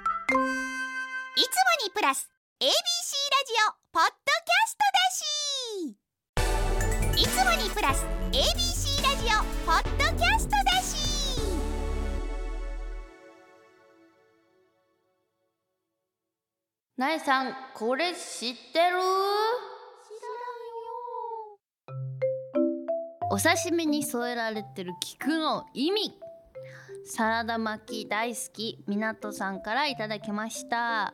いつもにプラス ABC ラジオポッドキャストだしいつもにプラス ABC ラジオポッドキャストだしなえさんこれ知ってるお刺身に添えられてる菊の意味サラダ巻き大好きみなとさんからいただきました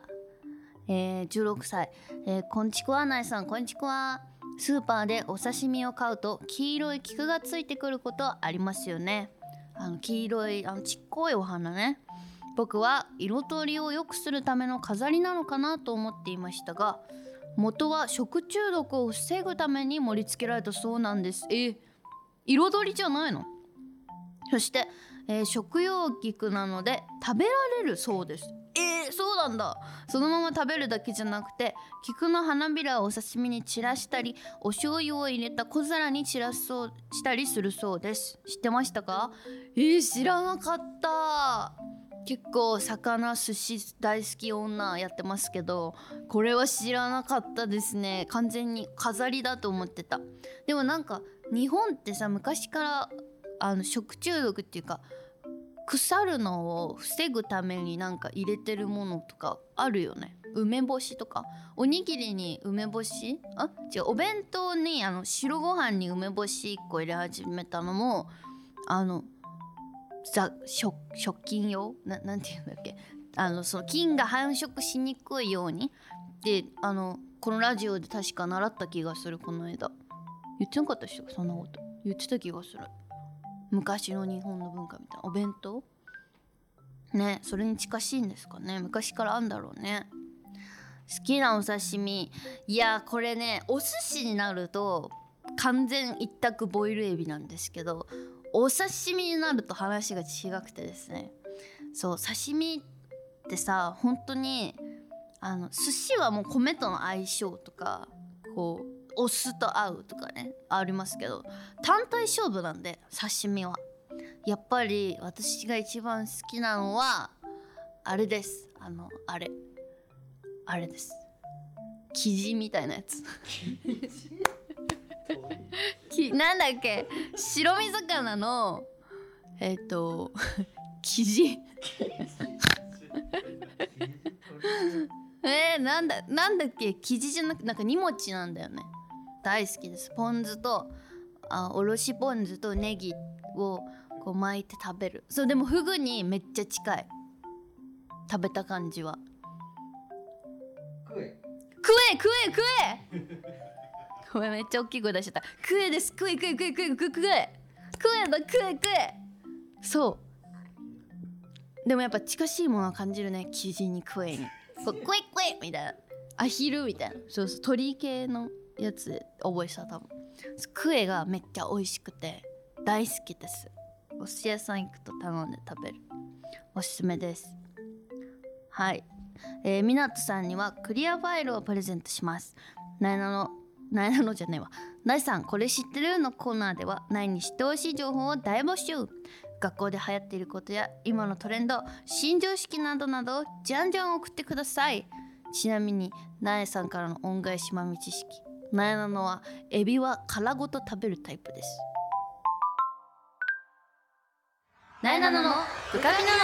えー、16歳、えー、こんちくわなえさんこんちくわスーパーでお刺身を買うと黄色い菊がついてくることありますよねあの黄色いあのちっこいお花ね僕は色とりを良くするための飾りなのかなと思っていましたが元は食中毒を防ぐために盛り付けられたそうなんですえ彩りじゃないのそして、えー食用菊なので食べられるそうですえー、そうなんだそのまま食べるだけじゃなくて菊の花びらをお刺身に散らしたりお醤油を入れた小皿に散らそうしたりするそうです知ってましたかえー、知らなかった結構魚寿司大好き女やってますけどこれは知らなかったですね完全に飾りだと思ってたでもなんか日本ってさ昔からあの食中毒っていうか腐るのを防ぐためになんか入れてるものとかあるよね梅干しとかおにぎりに梅干しあ違うお弁当にあの白ご飯に梅干し1個入れ始めたのもあのざ食食菌用ななんていうんだっけあのその菌が繁殖しにくいようにであのこのラジオで確か習った気がするこの間言ってなかったっしょそんなこと言ってた気がする昔の日本の文化みたいなお弁当ねそれに近しいんですかね昔からあんだろうね好きなお刺身いやこれねお寿司になると完全一択ボイルエビなんですけどお刺身になると話が違くてですねそう刺身ってさ本当にあの寿司はもう米との相性とかこうお酢と合うとかねありますけど単体勝負なんで刺身はやっぱり私が一番好きなのはあれですあのあれあれです生地みたいなやつ きなんだっけ白身魚のえっ、と生地えー、なんだなんだっけ生地じゃなくなんか煮餅なんだよね大好きですポン酢とあおろしポン酢とネギをこう巻いて食べるそうでもフグにめっちゃ近い食べた感じは食え食え食え食えごめんめっちゃ大きい声出しちゃった食えです食え食え食え食え食え食え食えだ食え食えそうでもやっぱ近しいものを感じるね生地に食えにこう食え食えみたいなアヒルみたいなそうそう鳥系のやつ覚えした多分クエがめっちゃ美味しくて大好きですお寿司屋さん行くと頼んで食べるおすすめですはいえー、みなとさんにはクリアファイルをプレゼントしますなえなのなえなのじゃねえわなえさんこれ知ってるのコーナーではなえに知ってほしい情報を大募集学校で流行っていることや今のトレンド新常識などなどをじゃんじゃん送ってくださいちなみになえさんからの恩返し豆知識なえなのはエビは殻ごと食べるタイプですなえなのの浮かびなの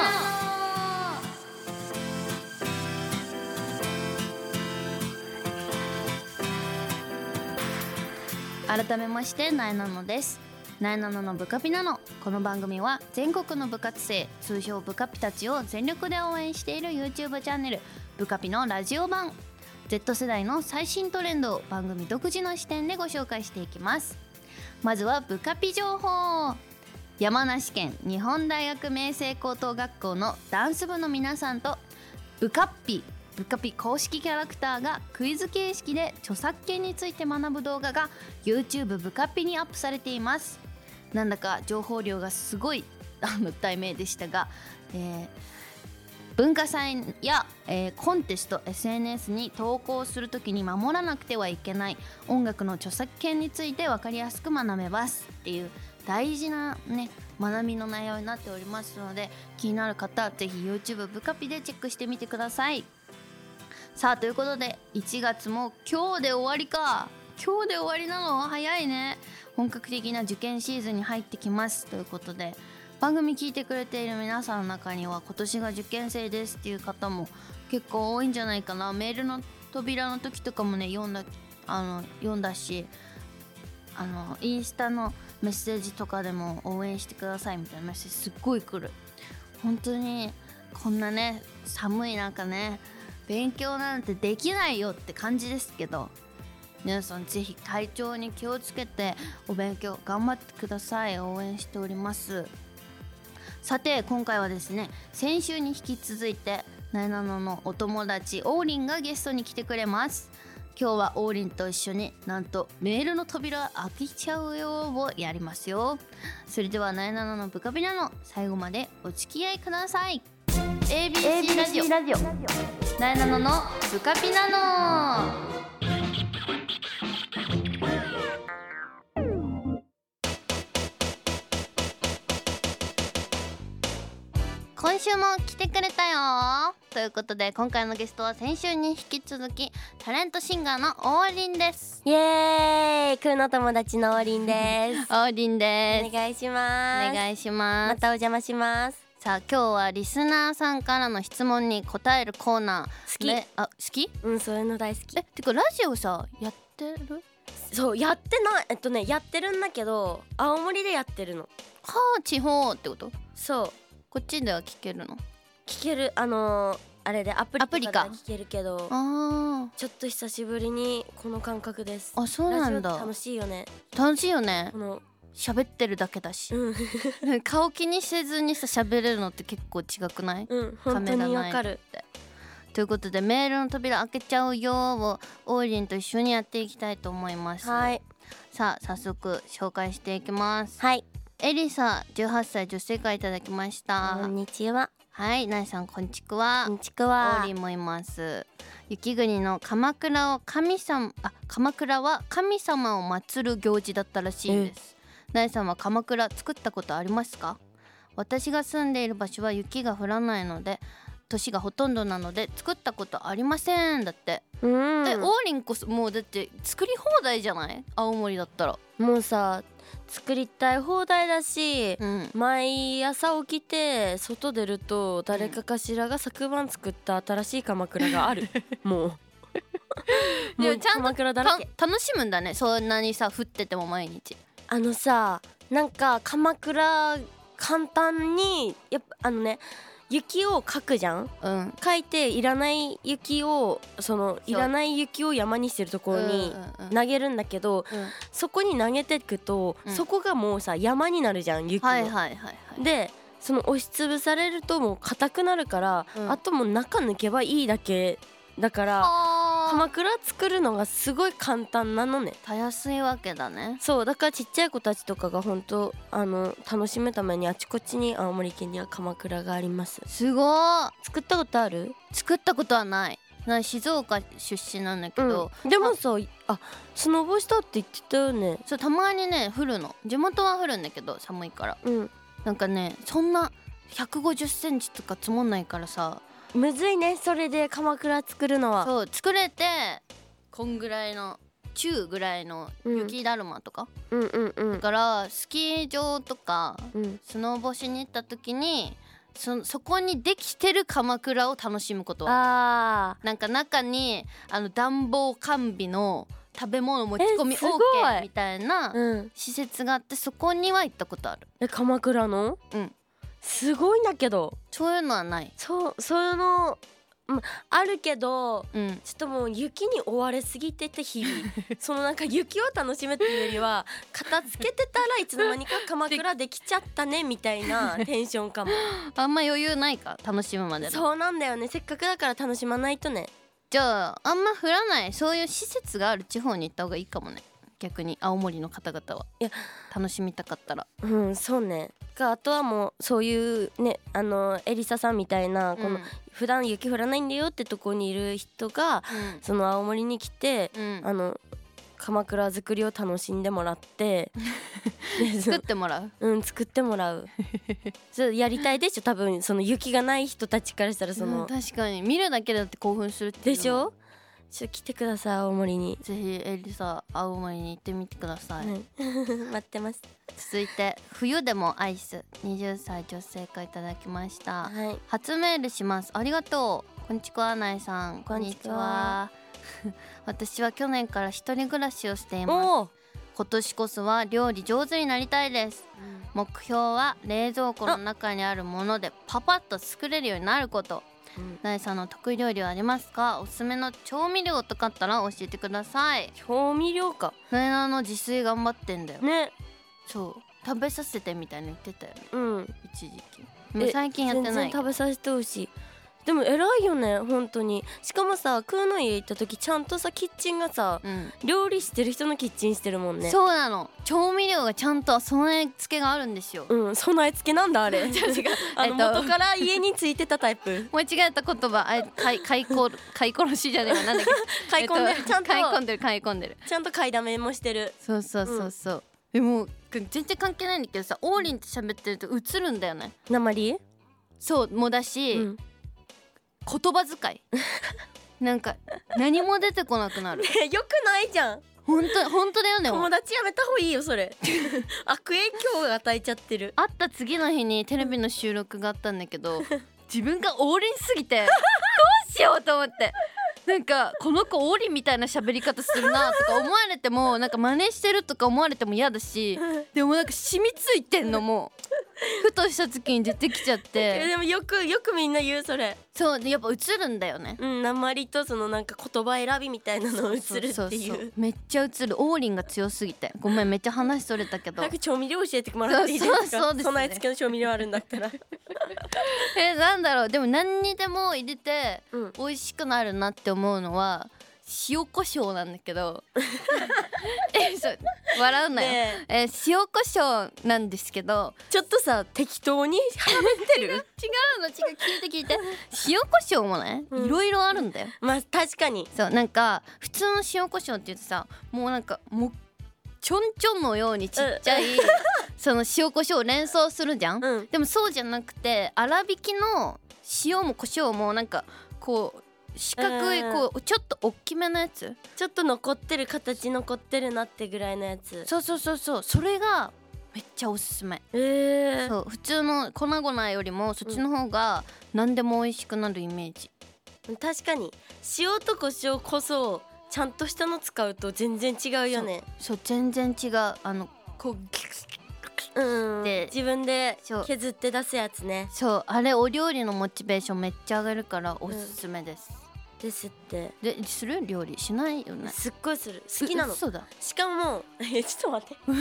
改めましてなえなのですなえなのの部下ピなのこの番組は全国の部活生通称部下ピたちを全力で応援している YouTube チャンネル部下ピのラジオ版 Z 世代の最新トレンドを番組独自の視点でご紹介していきますまずは部下ピ情報山梨県日本大学明星高等学校のダンス部の皆さんとブカッピブカピ公式キャラクターがクイズ形式で著作権について学ぶ動画が YouTube ブカピにアップされていますなんだか情報量がすごい あの題名でしたが、えー文化祭や、えーコンテスト SNS に投稿するときに守らなくてはいけない音楽の著作権について分かりやすく学べますっていう大事なね学びの内容になっておりますので気になる方ぜひ YouTube ブカピでチェックしてみてくださいさあということで1月も今日で終わりか今日で終わりなの早いね本格的な受験シーズンに入ってきますということで番組聞いてくれている皆さんの中には今年が受験生ですっていう方も結構多いんじゃないかなメールの扉の時とかもね読んだあの読んだしあのインスタのメッセージとかでも応援してくださいみたいなメッセージすっごい来る本当にこんなね寒い中ね勉強なんてできないよって感じですけど皆さんぜひ体調に気をつけてお勉強頑張ってください応援しておりますさて今回はですね先週に引き続いてなえなののお友達王林がゲストに来てくれます今日は王林と一緒になんとメールの扉開けちゃうよをやりますよそれではなえなののブカビナの最後までお付き合いください ABC ラジオなえなののブカビナの今週も来てくれたよということで今回のゲストは先週に引き続きタレントシンガーの王林ですイエーイ空の友達の王林です王林でお願いしますお願いしますまたお邪魔しますさあ今日はリスナーさんからの質問に答えるコーナー好きめあ好きうんそういうの大好きえてかラジオさやってるそうやってないえっとねやってるんだけど青森でやってるのはあ地方ってことそうこっちでは聞けるの聞けるあのーあれでアプリアプリとかかで聞けるけどあちょっと久しぶりにこの感覚ですーあそうなラんジオっだて楽しいよね楽しいよねこの喋ってるだけだしうん顔気にせずにさ喋れるのって結構違くない うん本当にわかるということでメールの扉開けちゃうよを王林と一緒にやっていきたいと思います、はいさあ早速紹介していきますはいエリサ18歳女性からいただきました、こんにちははいナイさんこんちくわこんにちく王わ林もいます雪国の鎌倉を神様あ鎌倉は神様を祀る行事だったらしいですナイさんは鎌倉作ったことありますか私が住んでいる場所は雪が降らないので年がほとんどなので作ったことありませんだってうんえ王林こそもうだって作り放題じゃない青森だったらもうさ作りたい放題だし、うん毎朝起きて外出ると誰かかしらが昨晩作った新しい鎌倉が あるもうでもうもちゃんと鎌倉だらたけ楽しむんだねそんなにさ降ってても毎日あのさなんか鎌倉簡単にやっぱあのね雪を描くじゃんうん描いていらない雪をそのいらない雪を山にしてるところにうんうん投げるんだけどうんそこに投げてくと、うんそこがもうさ山になるじゃん雪の、はいはいはいはいでその押しつぶされるともう硬くなるから、うんあともう中抜けばいいだけだからあ鎌倉作るのがすごい簡単なのねたやすいわけだねそうだからちっちゃい子たちとかが本当あの楽しむためにあちこちに青森県には鎌倉がありますすごー作ったことある作ったことはないな静岡出身なんだけど、でもさあスノボしたって言ってたよねそうたまにね降るの地元は降るんだけど寒いからうんなんかねそんな1 5 0ンチとか積もんないからさむずいねそれで鎌倉作るのはそう作れてこんぐらいの中ぐらいの雪だるまとか、うんうんうんだからスキー場とかうんスノボしに行った時にそそこにできてる鎌倉を楽しむことあなんか中にあの暖房完備の食べ物持ち込みえすごい OK みたいなーうん施設があってそこには行ったことあるえ鎌倉のうんすごいんだけどそういうのはないそうそういうの、ま、あるけどうんちょっともう雪に追われすぎてて日 々そのなんか雪を楽しむっていうよりは片付けてたらいつの間にか鎌倉できちゃったねみたいなテンション かもあんま余裕ないか楽しむまでのそうなんだよねせっかくだから楽しまないとねじゃああんま降らないそういう施設がある地方に行った方がいいかもね逆に青森の方々はいいや楽しみたかったらうんそうねかあとはもうそういうねあのエリサさんみたいなこの、うん普段雪降らないんだよってとこにいる人がその青森に来てうん、うんあの鎌倉作りを楽しんでもらって でそ作っうてもらううん作ってもら うそうやりたいでしょ多分その雪がない人たちからしたらそうんの、確かに見るだけだって興奮するっていでうのしょちょっと来てください青森に、ぜひエリサ青森に行ってみてください、はい 待ってます続いて冬でもアイス20歳女性からいただきましたはい初メールしますありがとうこんにちはナイさんこんにちは 私は去年から一人暮らしをしていますおお今年こそは料理上手になりたいです目標は冷蔵庫の中にあるものでパパッと作れるようになることナイさんの得意料理はありますかおすすめの調味料とかあったら教えてください調味料か船菜の自炊頑張ってんだよねそう食べさせてみたいな言ってたよねうん一時期もう最近やって全ない然けど食べさせてほしいでも偉いよね本当にしかもさ空の家行った時ちゃんとさキッチンがさうん料理してる人のキッチンしてるもんねそうなの調味料がちゃんと備え付けがあるんですようん備え付けなんだあ れあの、えっと元から家についてたタイプ 間違えた言葉あれ買い 買いこ買い殺しじゃねえわなんだっけ 買い込んでる、えっとちゃんと買い込んでる買い込んでるちゃんと買いだめもしてるそうそうそうそう、えもう全然関係ないんだけどさ王林と喋ってると映るんだよね鉛、そうもだし、うん、 言葉遣いなんか何も出てこなくなるえよくないじゃん本当本当だ よね友達やめた方がいいよそ れ悪影響を与えちゃってる会った次の日にテレビの収録があったんだけど 自分が王林すぎ てどうしようと思ってなんかこの子王林みたいな喋り方するな とか思われてもなんか真似してるとか思われても嫌だしでもなんか染みついてんのもうふとした時に出てきちゃっ えてでもよくよくみんな言うそれそうでやっぱ映るんだよねうん鉛とそのなんか言葉選びみたいなのを映るっていうそうそうそうめっちゃ映る王林が強すぎてごめんめっちゃ話それたけどなんか調味料教えてもらっていいですかそうそうそうですね備え付けの調味料あるんだ ったらえなんだろうでも何にでも入れてうん美味しくなるなって思うのは塩コショウなんだけど えそう笑うなよ、ねえ塩コショウなんですけどちょっとさ適当にはめて る違うの違う聞いて聞いて塩コショウもねうんいろいろあるんだよ、まあ確かにそうなんか普通の塩コショウって言うとさもうなんかもうちょんちょんのようにちっちゃい、 その塩コショウを連想するじゃん、うんでもそうじゃなくて粗挽きの塩も胡椒もなんかこう四角いうんこうちょっと大きめのやつちょっと残ってる形残ってるなってぐらいのやつそうそうそうそうそれがめっちゃおすすめえー、そう普通の粉々よりもそっちの方が何でも美味しくなるイメージ確かに塩と胡椒こそちゃんとしたの使うと全然違うよねそう全然違うあのこううんで自分でそう削って出すやつねそうあれお料理のモチベーションめっちゃ上がるからおすすめです、ですってで、する料理しないよねすっごいする好きなのそうだしかも えちょっと待 って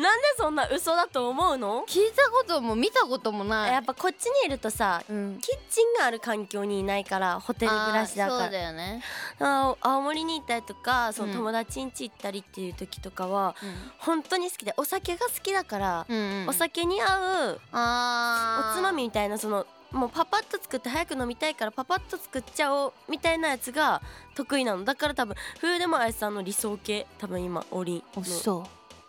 なんでそんな嘘だと思うの聞いたことも見たこともないやっぱこっちにいるとさうんキッチンがある環境にいないからホテル暮らしだあーかそうらだよね、あー青森に行ったりとかそのうん友達ん家行ったりっていう時とかは、本当に好きでお酒が好きだから、うんうんお酒に合うあおつまみみたいなそのもうパパッと作って早く飲みたいからパパッと作っちゃおうみたいなやつが得意なのだから多分冬でもあいさんの理想系多分今おりおのそ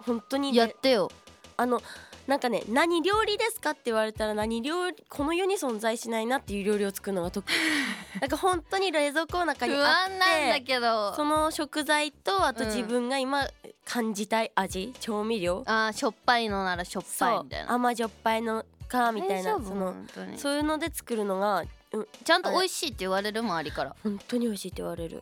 本当にうやっねてよあのなんかね何料理ですかって言われたら何料理この世に存在しないなっていう料理を作るのが得意 なんか本当に冷蔵庫の中に不あっ安てなんだけどその食材とあとうん自分が今感じたい味、調味料あーしょっぱいのならしょっぱいそうみたいな甘じょっぱいのかみたい大な丈夫その本当にそういうので作るのがちゃんと美味しいって言われるもんありから本当に美味しいって言われる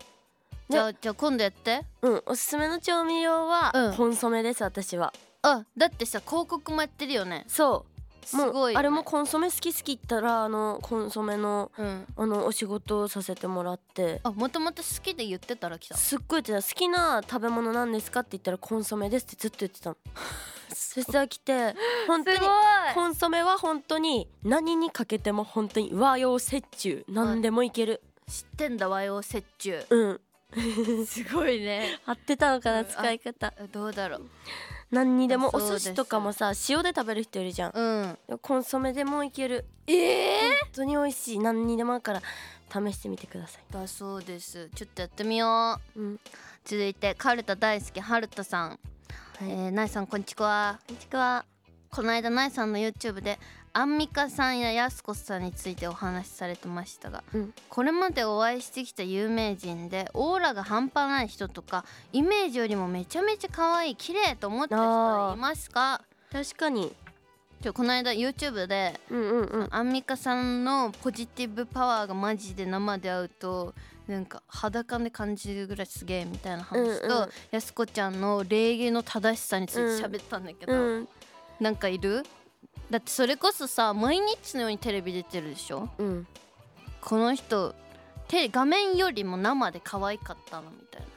じゃあじゃあ今度やってうんおすすめの調味料うんはコンソメです私はあだってさ広告もやってるよねそすうもうごいよねあれもコンソメ好き好き言ったらあのコンソメのうんあのお仕事をさせてもらってあもともと好きで言ってたら来たすっごい言ってた好きな食べ物なんですかって言ったらコンソメですってずっと言って たのそしたら来て本当にコンソメは本当に何にかけても本当に和洋折衷何でもいける、知ってんだ和洋折衷うんすごいね合ってたのかうなん使い方どうだろう何にでもおそうで寿す司とかもさ塩で食べる人いるじゃんうんコンソメでもいけるええ本当に美味しい何にでもあるから試してみてください、だそうですちょっとやってみよううん、続いてカルタ大好きハルタさん、えー、ナイさんこんちくわこんちくわこの間ナイさんの YouTube でアンミカさんややすこさんについてお話しされてましたが、うんこれまでお会いしてきた有名人でオーラが半端ない人とかイメージよりもめちゃめちゃ可愛い綺麗と思った人はいますか確かにちょこの間 YouTube でうんうんうんアンミカさんのポジティブパワーがマジで生で会うとなんか裸で感じるぐらいすげえみたいな話と、うんうんやすこちゃんの礼儀の正しさについて喋ったんだけど、うんなんかいるだってそれこそさ毎日のようにテレビ出てるでしょうんこの人テレ画面よりも生で可愛かったのみたいな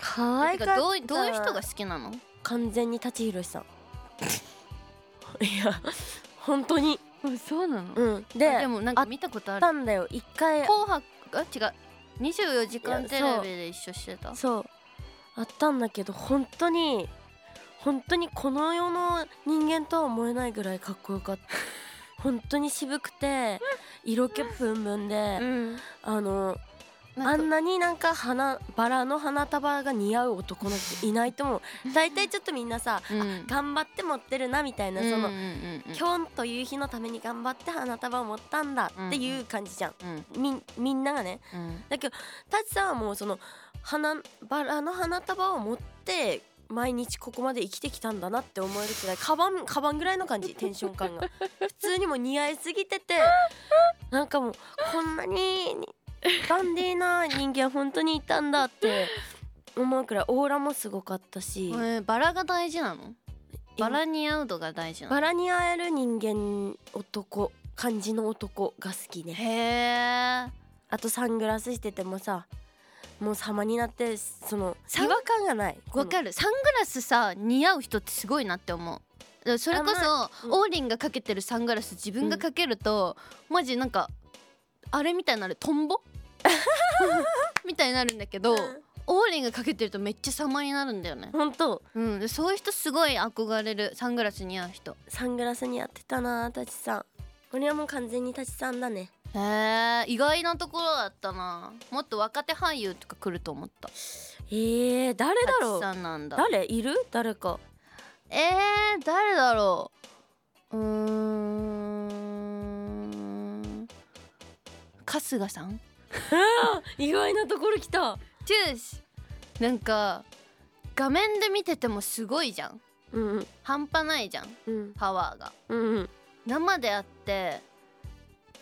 可人愛てかったかどういどういう人が好きなの完全に舘ひろし さんいや本当にそうなのうんででもなんか見たことああっるたんだよ一回紅白あ違う24時間いやテそレうビで一緒してたそうあったんだけど本当に本当にこの世の人間とは思えないぐらいかっこよ かった本当に渋くて色気プンプンでんあのあなんんかなになんか花バラの花束が似合う男の人いないと思う大体ちょっとみんなさうん頑張って持ってるなみたいなその今日という日のために頑張って花束を持ったんだっていう感じじゃんうんみみんながねうんだけどタチさんはもうその花バラの花束を持って毎日ここまで生きてきたんだなって思えるくらいカバンカバンぐらいの感じテンション感が普通にもう似合いすぎててなんかもうこんなにダンディーな人間本当にいたんだって思うくらいオーラもすごかった しこれバラが大事なのバラに合う度が大事なのバラに会える人間男感じの男が好きねへえあとサングラスしててもさもう様になってそのサン違和感がないわかるサングラスさ似合う人ってすごいなって思うだからそれこあそ、んまオーリンがかけてるサングラス自分がかけると、マジなんかあれみたいになるト ンボみたいになるんだけど、うんオーリンがかけてるとめっちゃ様になるんだよね、本当うん、でそういう人すごい憧れるサングラス似合う人サングラスに合ってたなタチさんこれはもう完全にタチさんだねへえ意外なところだったなもっと若手俳優とか来ると思ったえー、誰だろ舘うさんなんだ誰いる誰かえー、誰だろううーん春日さん意外なところ来たチュースなんか画面で見ててもすごいじゃんうんうん半端ないじゃんうんパワーがうん生であって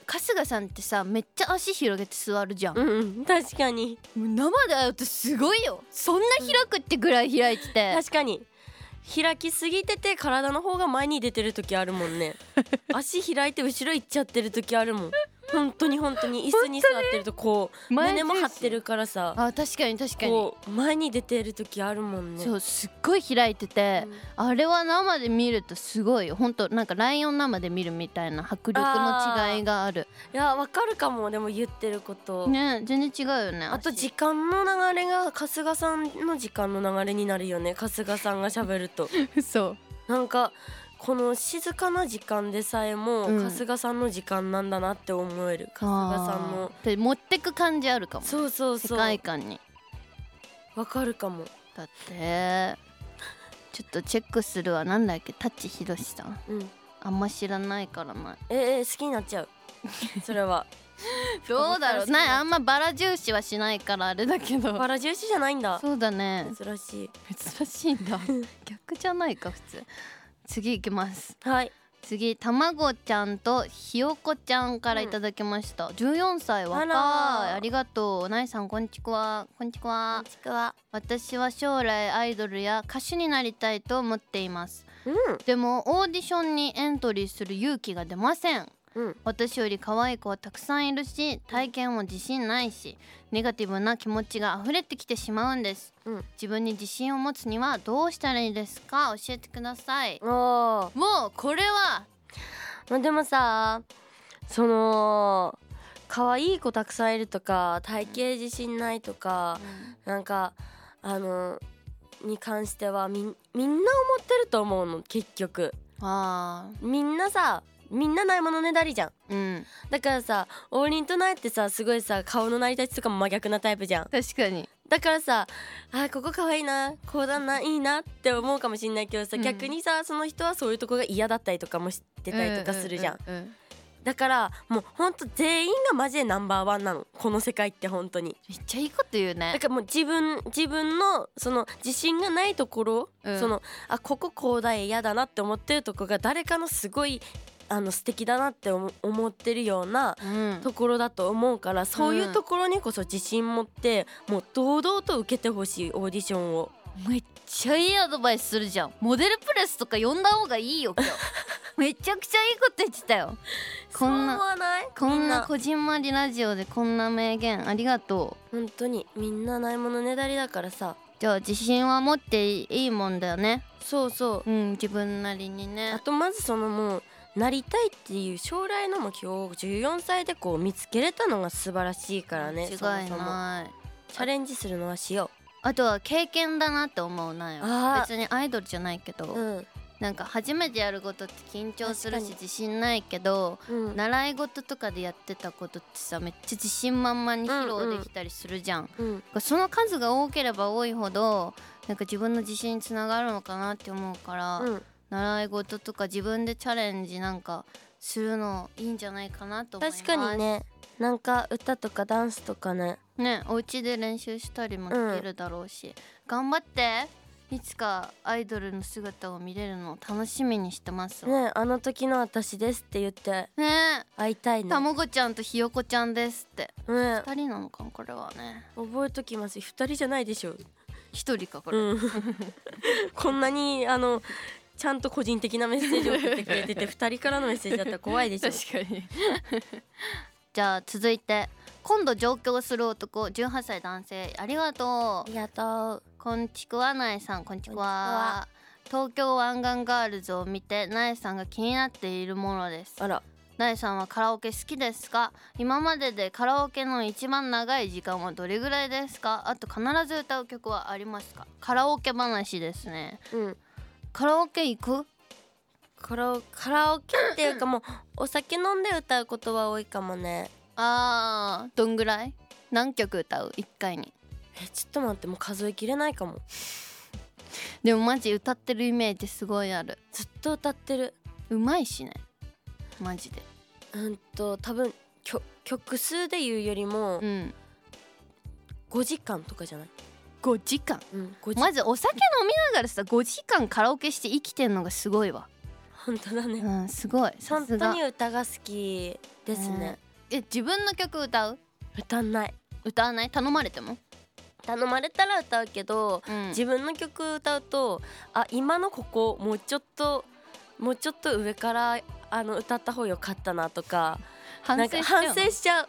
春日さんってさめっちゃ足広げて座るじゃんうんうん確かにもう生で会うとすごいよそんな開くってぐらい開いてて確かに開きすぎてて体の方が前に出てる時あるもん ね足開いて後ろ行っちゃってる時あるもん本当に本当に椅子に座ってるとこう前胸も張重っ視てるからさあ確かに確かにこう前に出てる時あるもんねそうすっごい開いてて、あれは生で見るとすごいよほんとなんかライオン生で見るみたいな迫力の違いがあるいやわかるかもでも言ってること、ね全然違うよねあと足時間の流れが春日さんの時間の流れになるよね春日さんが喋る とそうなんかこの静かな時間でさえもうん春日さんの時間なんだなって思える春日さんので持ってく感じあるかもねそうそう世そう界観にわかるかもだってちょっとチェックするわなんだっけ舘ひろしさんうんあんま知らないか らないええ好きになっちゃう それ はどうだろ僕から好うきになっちなゃうあんまバラ重視はしないからあれだけどバラ重視じゃないんだそうだね珍しい珍しい んだ逆じゃないか普通次行きますはい次たまごちゃんとひよこちゃんからいただきました、14歳若あいらありがとうナイさんこんちくわこんちくこわんちくわ私は将来アイドルや歌手になりたいと思っていますうでもオーディションにエントリーする勇気が出ませんんうん私より可愛い子はたくさんいるし体験も自信ないしネガティブな気持ちが溢れてきてしまうんです、うん自分に自信を持つにはどうしたらいいですか教えてくださいおーもうこれはまあ、でもさその可愛い子たくさんいるとか体型自信ないとかなんかあのに関してはみんみんな思ってると思うの結局あみんなさみんなないものねだりじゃんーうんだからさ王林とナイってさすごいさ顔の成り立ちとかも真逆なタイプじゃん確かにだからさあーここ可愛いなこうだないいなって思うかもしんないけどさ、うん逆にさその人はそういうとこが嫌だったりとかもしてたりとかするじゃん,、ううううんだからもうほんと全員がマジでナンバーワンなのこの世界って本当にめっちゃいいこと言うだねからもう自分自分のその自信がないところ、うんそのあここ広大嫌だなって思ってるとこが誰かのすごいあの素敵だなって思思ってるようなうんところだと思うからそういうところにこそ自信持ってもう堂々と受けてほしいオーディションをめっちゃいいアドバイスするじゃんモデルプレスとか呼んだ方がいいよ今日 めちゃくちゃいいこと言ってたよこんそう思なわないこみんんななこじんまりラジオでこんな名言ありがと本当にみんなないものねだりだからさうじゃあ自信は持っていいもんだよねそうそううん自分なりにあねとまずそのもうなりたいっていう将来の目標を14歳でこう見つけれたのが素晴らしいからね違いそもそもないチャレンジするのはしよあとは経験だなって思うなよあー別にアイドルじゃないけど、ううん、なんか初めてやることって緊張する確かしに自信ないけどうん、習い事とかでやってたことってさめっちゃ自信満々に披うんう露んできたりするじゃん、うん、その数が多ければ多いほどなんか自分の自信につながるのかなって思うから、うん、習い事とか自分でチャレンジなんかするのいいんじゃないかなと思います確かにねなんか歌とかダンスとかねねお家で練習したりもできるだろうし、頑張っていつかアイドルの姿を見れるのを楽しみにしてますわねあの時の私ですって言ってね会いたいえねたまごちゃんとひよこちゃんですってね二人なのかこれはね覚えときます二人じゃないでしょ一人かこれ、うん、 こんなにあのちゃんと個人的なメッセージを送ってくれ てて二人からのメッセージだったら怖いでしょ確かに じゃあ続いて今度上京する男18歳男性ありがとあうりがとこんちくわなえさんこんちくわこ東京湾岸ガールズを見てなえさんが気になっているものですうあらなえさんはカラオケ好きですか今まででカラオケの一番長い時間はどれぐらいですかあと必ず歌う曲はありますかカラオケ話ですねうんカラオケ行くカラオカラオケっていうかもうお酒飲んで歌うことは多いかもねあーどんぐらい何曲歌う1回にえちょっと待ってもう数えきれないかもでもマジ歌ってるイメージすごいあるずっと歌ってるうまいしねマジでうんと多分きょ曲数で言うよりもうん5時間とかじゃない、 5時間うん、5時間まずお酒飲みながらさ5時間カラオケして生きてんのがすごいわ本当だうねんすごいさ本す当がに歌が好きですね、え自分の曲歌う歌んない歌わない頼まれても、頼まれたら歌うけどうん自分の曲歌うとあ今のここもうちょっともうちょっと上からあの歌った方よかったなとか反省しなんちかゃう反の省しちゃう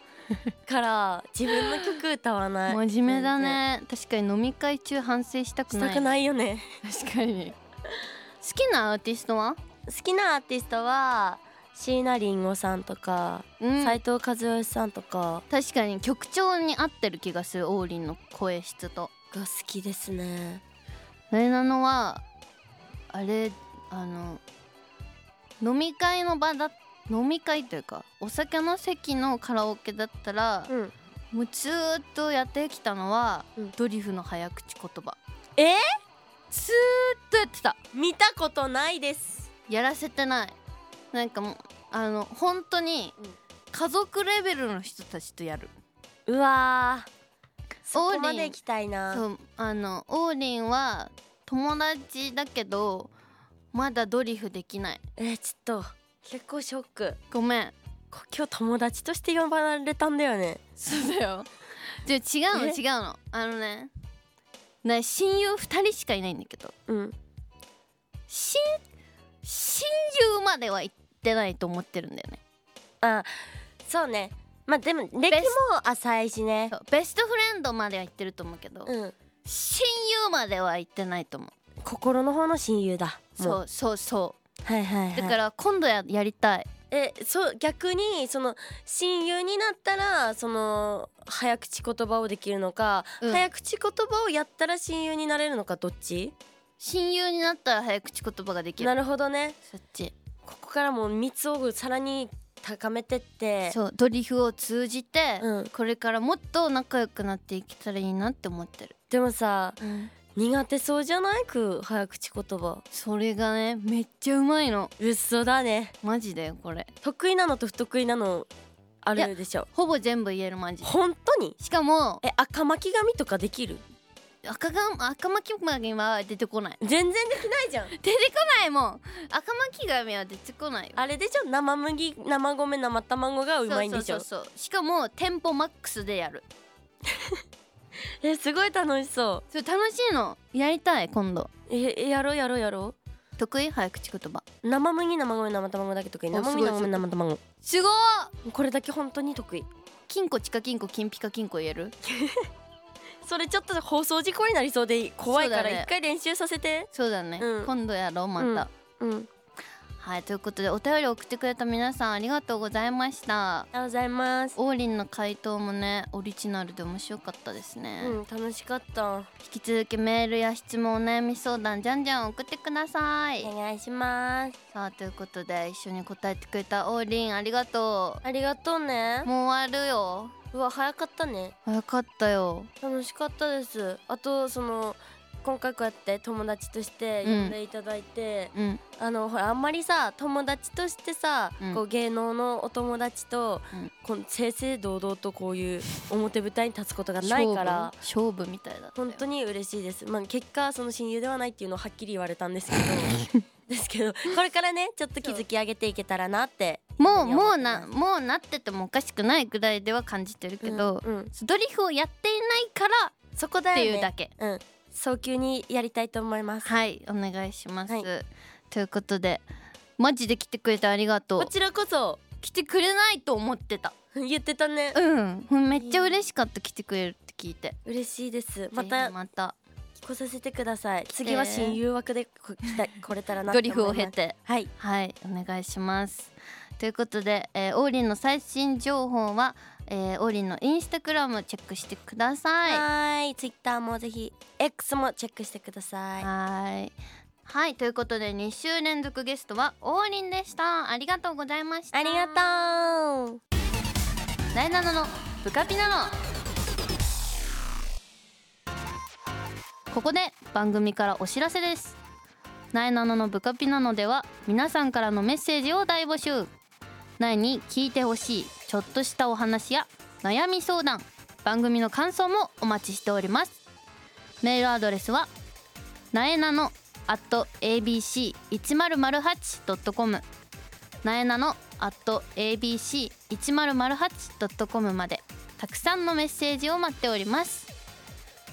から自分の曲歌わない真面目だね確かに飲み会中反省したく全な然しいたくないよね確かに好きなアーティストは、 好きなアーティストは椎名林檎さんとかうん斎、藤和義さんとか確かに曲調に合ってる気がする王林の声質とが好きですねれなのはあれあの飲み会の場だ飲み会というかお酒の席のカラオケだったら、うんもうずーっとやってきたのは、うんドリフの早口言葉えーずーっとやってた見たことないですやらせてないなんかもうあの本当にうん家族レベルの人たちとやるうわーそこまで行きたいなそうあの王林は友達だけどまだドリフできないえーちょっと結構ショックごめんこ今日友達として呼ばれたんだよねそうだよじゃあ違うのえ違うのあのねね親友2人しかいないんだけどうん親親友までは行ってないと思ってるんだよねあそうねまあでも歴も浅いしねそうベストフレンドまでは行ってると思うけど、うん親友までは行ってないと思う心の方の親友だもそうそうそうはいはいはいだから今度ややりたいえそう逆にその親友になったらその早口言葉をできるのか、うん早口言葉をやったら親友になれるのかどっち親友になったら早口言葉ができるなるほどねそっちここからもう密をさらに高めてってそうドリフを通じて、うんこれからもっと仲良くなっていけたらいいなって思ってる、でもさ苦手そうじゃないく早口言葉それがねめっちゃうまいの嘘だねマジだよこれ得意なのと不得意なのあるでしょほぼ全部言えるマジで本当にしかもえ赤巻紙とかできる赤が赤巻き髪は出てこない全然できないじゃん出てこないもん赤巻き髪は出てこないよあれでしょ生麦生米生卵がうまいんでしょそうそうそうそうしかもテンポマックスでやるえすごい楽しそそれ楽しいのやりたい今度うえやろうやろうやろ得意早口言葉う生麦生米生卵だけ得意お生麦すごい生米生卵すごーこれだけ本当に得意金庫チカ金庫金ピカ金庫言えるそれちょっと放送事故になりそうで怖いかそうらだね一回練習させてそうだね、うん今度やろうまた、うんうんありはいということでお便りを送ってくれた皆さんありがとうございましたがとうございます王林の回答もねオリジナルで面白かったですね、うん楽しかったお引き続きメールや質問お悩み相談じゃんじゃん送ってください、願いしますさあということで一緒に答えてくれた王林ありがとありがとうねうもう終わるようわ早かったね早かったよ楽しかったですあとその今回こうやって友達として呼んでいただいて、うんあのほらあんまりさ友達としてさ、うんこう芸能のお友達と、うんこう正々堂々とこういう表舞台に立つことがないから勝負勝負みたいだったよ本当に嬉しいです、まあ、結果その親友ではないっていうのをはっきり言われたんですけど ですけどこれからねちょっと築き上げていけたらなってもういやもうわかなりもうなっててもおかしくないぐらいでは感じてるけど、うんうんドリフをやっていないからそこだっよてねいうだけ、うん、早急にやりたいと思います。はいお願いします、はいということでマジで来てくれてありがとこうちらこそ来てくれないと思ってた言ってたね、うんめっちゃ嬉しかった来てくれるって聞いて嬉しいです。ままたたまた来させてください。次は親友枠でこ来た来れたらなって思いドリます。フを経てはい。はいお願いしますということで、えー、オーリンの最新情報は、えー、オーリンのインスタグラムチェックしてくださいははい。ツイッターもぜひ X もチェックしてください。ーいはいということで2週連続ゲストはオーリンでしたありがとうございましたありがとう。ナイナナのブカピナのここで番組からお知らせですナイナナのブカピナのでは皆さんからのメッセージを大募集ナイに聞いてほしいちょっとしたお話や悩み相談番組の感想もお待ちしておりますメールアドレスはなえなの at abc1008.com なえなの at abc1008.com までたくさんのメッセージを待っております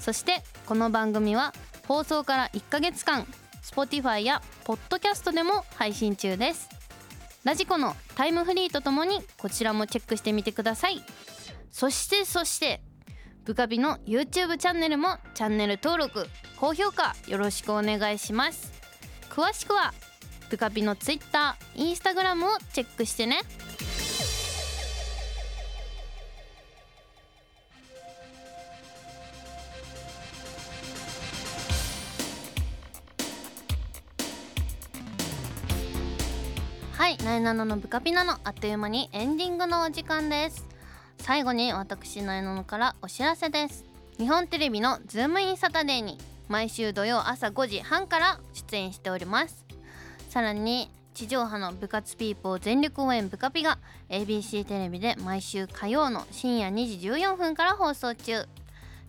そしてこの番組は放送から1ヶ月間 Spotify や Podcast でも配信中ですラジコのタイムフリーとともにこちらもチェックしてみてくださいそしてそしてブカビの YouTube チャンネルもチャンネル登録高評価よろしくお願いします詳しくはブカビの Twitter、Instagram をチェックしてねはい、ナイナノのブカピナのあっという間にエンディングのお時間です。最後に私ナイナノからお知らせです。日本テレビのズームインサタデーに毎週土曜朝5時半から出演しております。さらに地上波の部活ピーポー全力応援ブカピが ABC テレビで毎週火曜の深夜2時14分から放送中。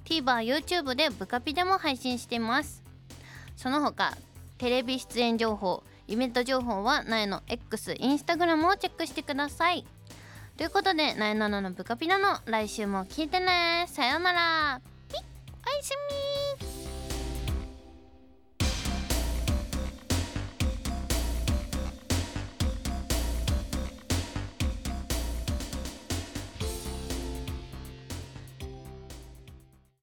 TVer、YouTube でブカピでも配信しています。その他テレビ出演情報イベント情報はなえの X インスタグラムをチェックしてくださいということでなえなののブカピナの来週も聞いてねさようならピッおやすみ